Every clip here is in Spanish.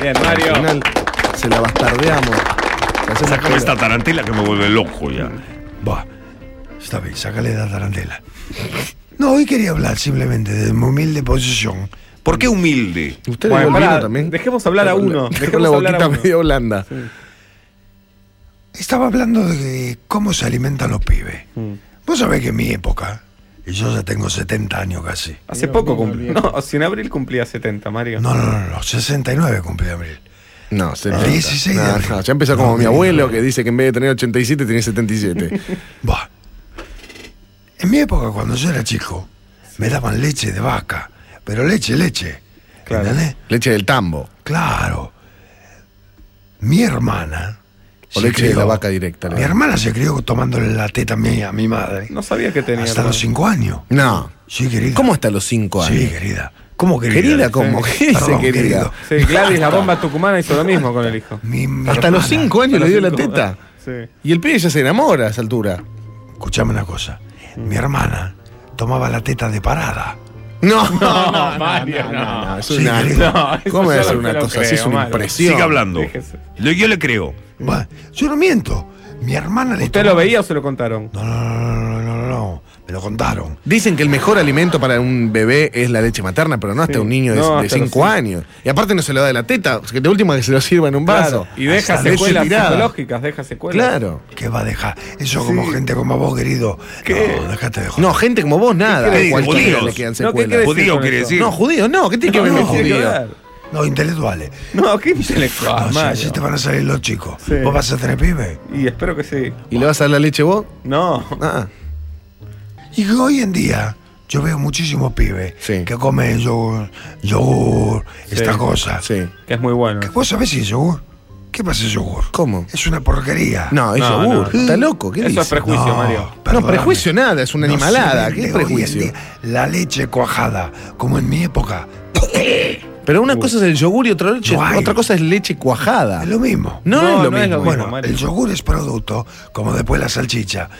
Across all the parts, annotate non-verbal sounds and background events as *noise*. Bien, Mario. Al final se la bastardeamos. Se hace una Sácame cola. esta tarantela que me vuelve loco ya. Va, está bien, sácale la tarantela. No, hoy quería hablar simplemente de mi humilde posesión. ¿Por qué humilde? ¿Usted le Bueno, dio el pará, vino también? Dejemos hablar a Con la- uno. Con Dejemos la hablar a boquita uno. medio blanda. Estaba hablando de cómo se alimentan los pibes. Mm. Vos sabés que en mi época, y yo ya tengo 70 años casi. Hace poco cumplí. No, si en abril cumplía 70, Mario. No, no, no, no 69 cumplí abril. No, se Ah, 16 de no, abril. no, ya empezó como No, mi no, abuelo que dice que en vez de tener 87 tiene *laughs* 77. Bah. En mi época, cuando yo era chico, me daban leche de vaca, pero leche, leche. Claro. ¿Entendés? Leche del tambo. Claro. Mi hermana. O se leche de la vaca directa, le Mi dan. hermana se crió tomándole la teta mía a mi madre. No sabía que tenía. hasta los hermano. cinco años. No. Sí, querida. ¿Cómo hasta los 5 años? Sí, querida. ¿Cómo querida? Querida, ¿cómo? Sí. ¿Qué dice Perdón, querida? querido. Sí, Gladys, la bomba tucumana, hizo lo mismo con el *laughs* hijo. Mi- mi Hasta los hermana- 5 años Hasta le dio los la cinco. teta. Sí. Y el pibe ya se enamora a esa altura. Escuchame una cosa. Mi hermana tomaba la teta de parada. No, no, Mario, *laughs* no. es Sí, una, querido. No, eso ¿Cómo yo es no te una lo cosa así? creo, Es una Mario. impresión. Siga hablando. Fíjese. Yo, yo le creo. Bueno, yo no miento. Mi hermana le ¿Usted tomaba- lo veía o se lo contaron? No, no, no, no, no, no, no. Me lo contaron. Dicen que el mejor alimento para un bebé es la leche materna, pero no hasta Sí. un No, niño de hasta los 5 cinco. años. Y aparte no se lo da de la teta, que de última que se lo sirva en un vaso. Y deja Hasta leche secuelas tirada. psicológicas, pues. deja secuelas. Claro. ¿Qué va a dejar? Eso como gente como vos, querido. No, déjate de joder. No, gente como vos nada. quiere decir? Cualquiera Judíos. le quedan No, ¿qué secuelas. quiere Judío con quiere eso? decir. No, judío no, ¿qué tiene que ver No, con no, tiene que judío? ver. No, intelectuales. No, *laughs* ¿qué intelectual, No, si Mario? así te van a salir los chicos. Sí. ¿Vos vas a tener pibe? Y espero que sí. ¿Y le vas a dar la leche vos? No. Ah, Y que hoy en día yo veo muchísimos pibes Sí. que comen yogur, yogur, esta cosa. sí. Que es muy bueno. ¿Qué- ¿Vos sabés si es yogur? ¿Qué pasa si es yogur? ¿Cómo? Es una porquería. No, es No, yogur. no. Está loco, ¿qué Eso es dice? prejuicio, Mario. No, prejuicio nada, es una animalada. ¿Qué prejuicio? La leche cuajada, como en mi época, Pero una cosa es el yogur y otra, leche- No hay. otra cosa es leche cuajada. es lo mismo. No, No, es lo no es lo mismo. mismo. bueno, Mario. el yogur es producto, como después la salchicha.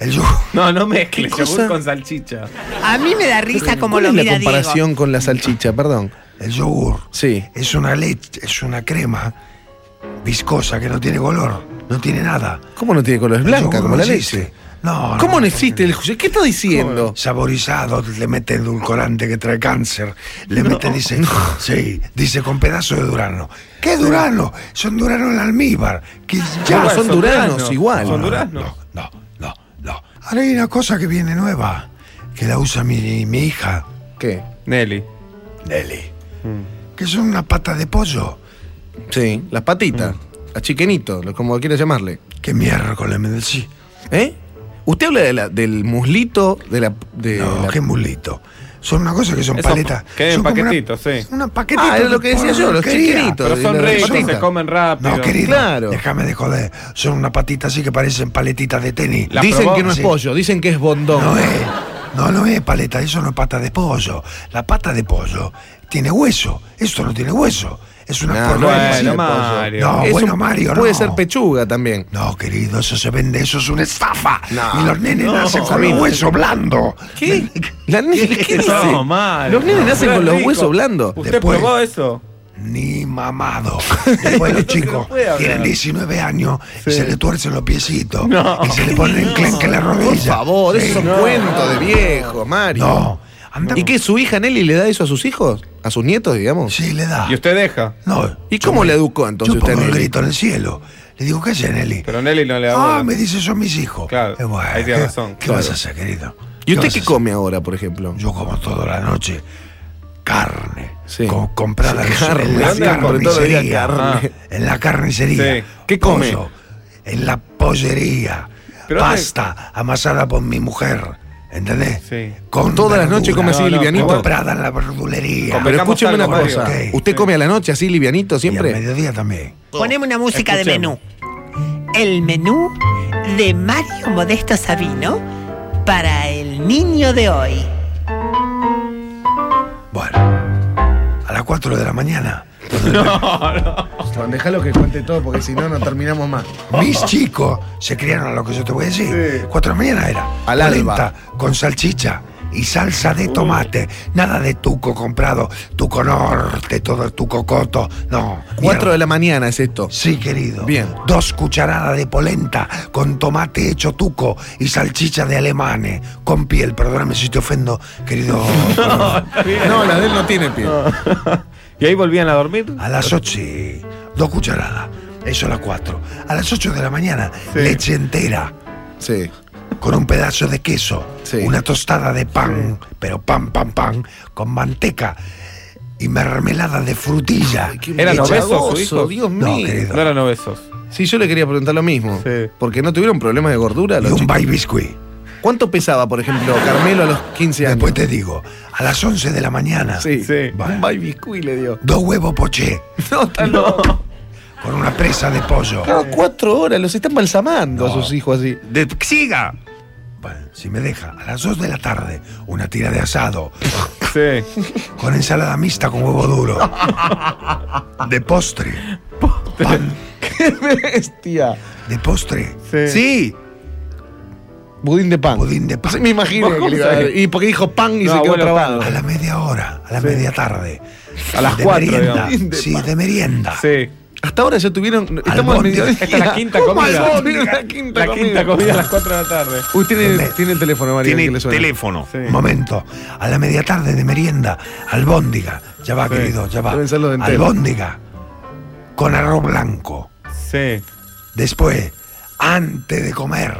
El yogur. No, no mezcles ¿Qué yogur cosa? con salchicha. A mí me da risa como ¿Cuál lo es la mira Diego. comparación con la salchicha? Perdón. El yogur Sí. es una leche, es una crema viscosa que no tiene color, no tiene nada. ¿Cómo no tiene color? Es El blanca yogur como no la existe. leche. No, ¿Cómo no. no existe el ¿Qué está diciendo? Saborizado, le mete edulcorante que trae cáncer, le mete, dice, sí, dice con pedazo de durano. ¿Qué durano? Son durano en almíbar. Que ya Claro, Igual, son duranos, igual. Son No, duraznos. No, no, no, no. Ahora hay una cosa que viene nueva, que la usa mi, mi hija, ¿Qué? Nelly. Nelly, Mm. que son una pata de pollo. Sí, las patitas. A chiquenito, lo- como quiera llamarle. Que miércoles me decís. ¿Eh? ¿Usted habla de la- del muslito de la. De No, la- qué mulito. Eh, Son una cosa que son Eso, paletas. que en son como una- paquetitos, sí. Una paquetita. Ah, era lo que decía yo, los porquería. chiquititos. Pero de son la ricos, patita. se comen rápido. No, querido. Claro. Déjame de joder. Son una patita así que parecen paletitas de tenis. La dicen probó, que no es sí. pollo, dicen que es bondón. No es. No, no es paleta. Eso no es pata de pollo. La pata de pollo tiene hueso. Esto no tiene hueso. Es No, una porquería. no es Bueno, pollo. Mario. No, Eso bueno, Mario, Puede no. ser pechuga también. No, querido, eso se vende, eso es una estafa. No. y los nenes nacen con el hueso blando. ¿Qué? La ne- ¿Qué dice? No, Mario. Los nenes nacen Pero con es los rico. huesos blandos. ¿Usted Después. probó eso? Ni mamado. *laughs* Después los chicos puede hablar. tienen 19 años y se le tuercen los piecitos No. y se le ponen clenque en la rodilla. Por favor, Sí. esos son cuentos de viejo, Mario. No. Anda- ¿Y qué? ¿Su hija Nelly le da eso a sus hijos? ¿A sus nietos, digamos? Sí, le da. ¿Y usted deja? No. ¿Y cómo le educó Yo entonces pongo usted a el Nelly? grito en el cielo. Le digo, ¿qué haces, Nelly? Pero Nelly no le da Ah, bola. me dice, son mis hijos. Claro, Eh, bueno, ahí tiene ¿qué- razón. ¿Qué Claro. vas a hacer, querido? ¿Y vas usted a qué hacer? come ahora, por ejemplo? Yo como toda la noche carne. Sí. co- comprada Sí, en- carne, en la ¿dónde la compró? Todo el carnicería. día carne. Ah. En la carnicería. Sí. ¿Qué come? Pollo, en la pollería. Pero pasta amasada por mi mujer. ¿Entendés? Sí. Con Todas las noches come verduras, así No, no, livianito. Comprada en la verdulería. Pero Come- escúcheme una Algo, Mario. cosa. Ok. ¿Usted come a la noche así livianito Y al siempre? mediodía también. Poneme una música Escuchemos. de menú. El menú de Mario Modesto Sabino para el niño de hoy. Bueno, a las 4 de la mañana, Déjalo que cuente todo porque si no, no terminamos más. mis chicos se criaron a lo que yo te voy a decir. 4 de la mañana era Al alba. polenta con salchicha, y salsa de tomate. Nada de tuco comprado, tuco norte, todo el tuco coto. No. 4 mierda. de la mañana es esto. Sí, querido. Bien. Dos cucharadas de polenta con tomate hecho tuco y salchicha de alemanes. Con piel, perdóname si te ofendo, *laughs* querido. No, la de él no tiene piel. ¿Y ahí volvían a dormir? Ah, A las 8, dos cucharadas. Eso a las 4. A las 8 de la mañana, leche entera. Sí. con un pedazo de queso, Sí. una tostada de pan, pero pan, pan, pan, con manteca y mermelada de frutilla. ¿Eran Hecha- obesos su hijo? Dios No, mío. querido. No eran obesos. Sí, yo le quería preguntar lo mismo. Sí. Porque no tuvieron problemas de gordura. Y Los un chicos. bay biscuit. ¿Cuánto pesaba, por ejemplo, Carmelo a los 15 años? Después te digo, a las 11 de la mañana, Sí. Sí. Un baby biscuit le dio. dos huevos poché No, está loco. con una presa de pollo. Cada cuatro horas los están balsamando a No. sus hijos así. De- ¡Siga! Bueno, si me deja, a las 2 de la tarde, una tira de asado Sí. con ensalada mixta con huevo duro. De postre, ¡Qué bestia! de postre, Sí. Sí. Budín de pan. pudín de pan. Sí, me imagino que le iba a dar. Y porque dijo pan y No, se quedó abuelo, trabado. A la media hora, a la media tarde. A las de cuatro, merienda. digamos. Sí, de merienda. Sí. Hasta ahora ya tuvieron. Estamos al Albóndiga. Esta mediodía. es la quinta ¿Cómo comida. albóndiga? La quinta la comida. quinta comida a las 4 de la tarde. Uy, tiene, ¿Dónde? tiene el teléfono, María. Tiene que le suena. teléfono. Sí. Un Momento. A la media tarde de merienda, albóndiga. Ya va, querido, ya va. Deben ser los enteros. Albóndiga. Con arroz blanco. Sí. Después, antes de comer,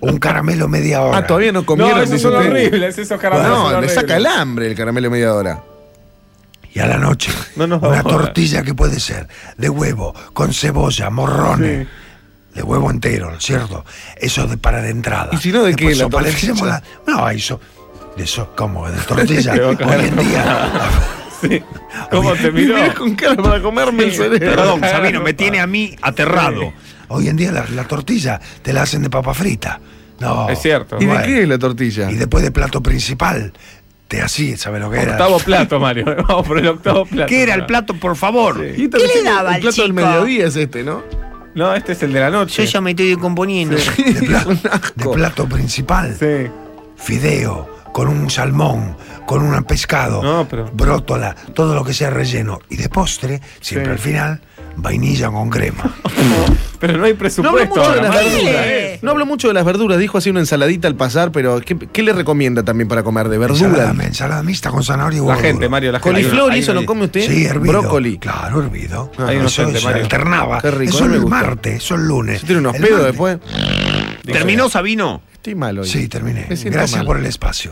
un caramelo media hora. Ah, todavía no comieron. No, esos dice son usted. horribles, esos caramelos. son No, le horribles. saca el hambre el caramelo media hora. Y a la noche, No nos una jodas. tortilla que puede ser de huevo, con cebolla, morrones. De huevo entero, ¿no es cierto? Eso de para de entrada. ¿Y si no, de qué? Después ¿La sopa, le tortilla? hacemos la- No, eso. De eso, ¿cómo? De tortilla. Quedó claro. Hoy en día. Sí. ¿Cómo *laughs* te Me miró? miró con cara para comerme el Sí, cerebro. Perdón, Sabino, *laughs* me tiene a mí aterrado. Hoy en día la, la tortilla te la hacen de papa frita. No. Es cierto. ¿Y de Bueno, qué es la tortilla? Y después de plato principal, te así, ¿sabes lo que era? Octavo plato, Mario. Vamos por el octavo plato. ¿Qué era el plato, por favor? ¿Y esta ¿Qué le recién- daba El al plato del chico? mediodía es este, ¿no? No, este es el de la Yo noche. ya me estoy descomponiendo. De, pla- *laughs* Un asco. de plato principal, Sí. fideo, con un salmón, con un pescado, No, pero- brótola, todo lo que sea relleno. Y de postre, Sí. siempre al final, vainilla con crema. Pero no hay No habló presupuesto. mucho de ahora, las Mario. verduras. Eh. No habló mucho de las verduras. Dijo así una ensaladita al pasar, pero ¿qué, qué le recomienda también para comer de *laughs* ensalada, verdura? ensalada mixta con zanahoria y La huevo gente, duro. Mario, la gente. ¿Coliflor Ahí y eso no- lo come usted? Sí, hervido. Brócoli. Ah, Claro, hervido. Hay unos eso gente, se Mario. alternaba. Qué rico, a eso mí me el gusta. martes, eso el lunes. Yo tiene unos El pedos martes- después. ¿Terminó Sabino? Estoy mal hoy. Sí, terminé. Me siento Gracias mal. por el espacio.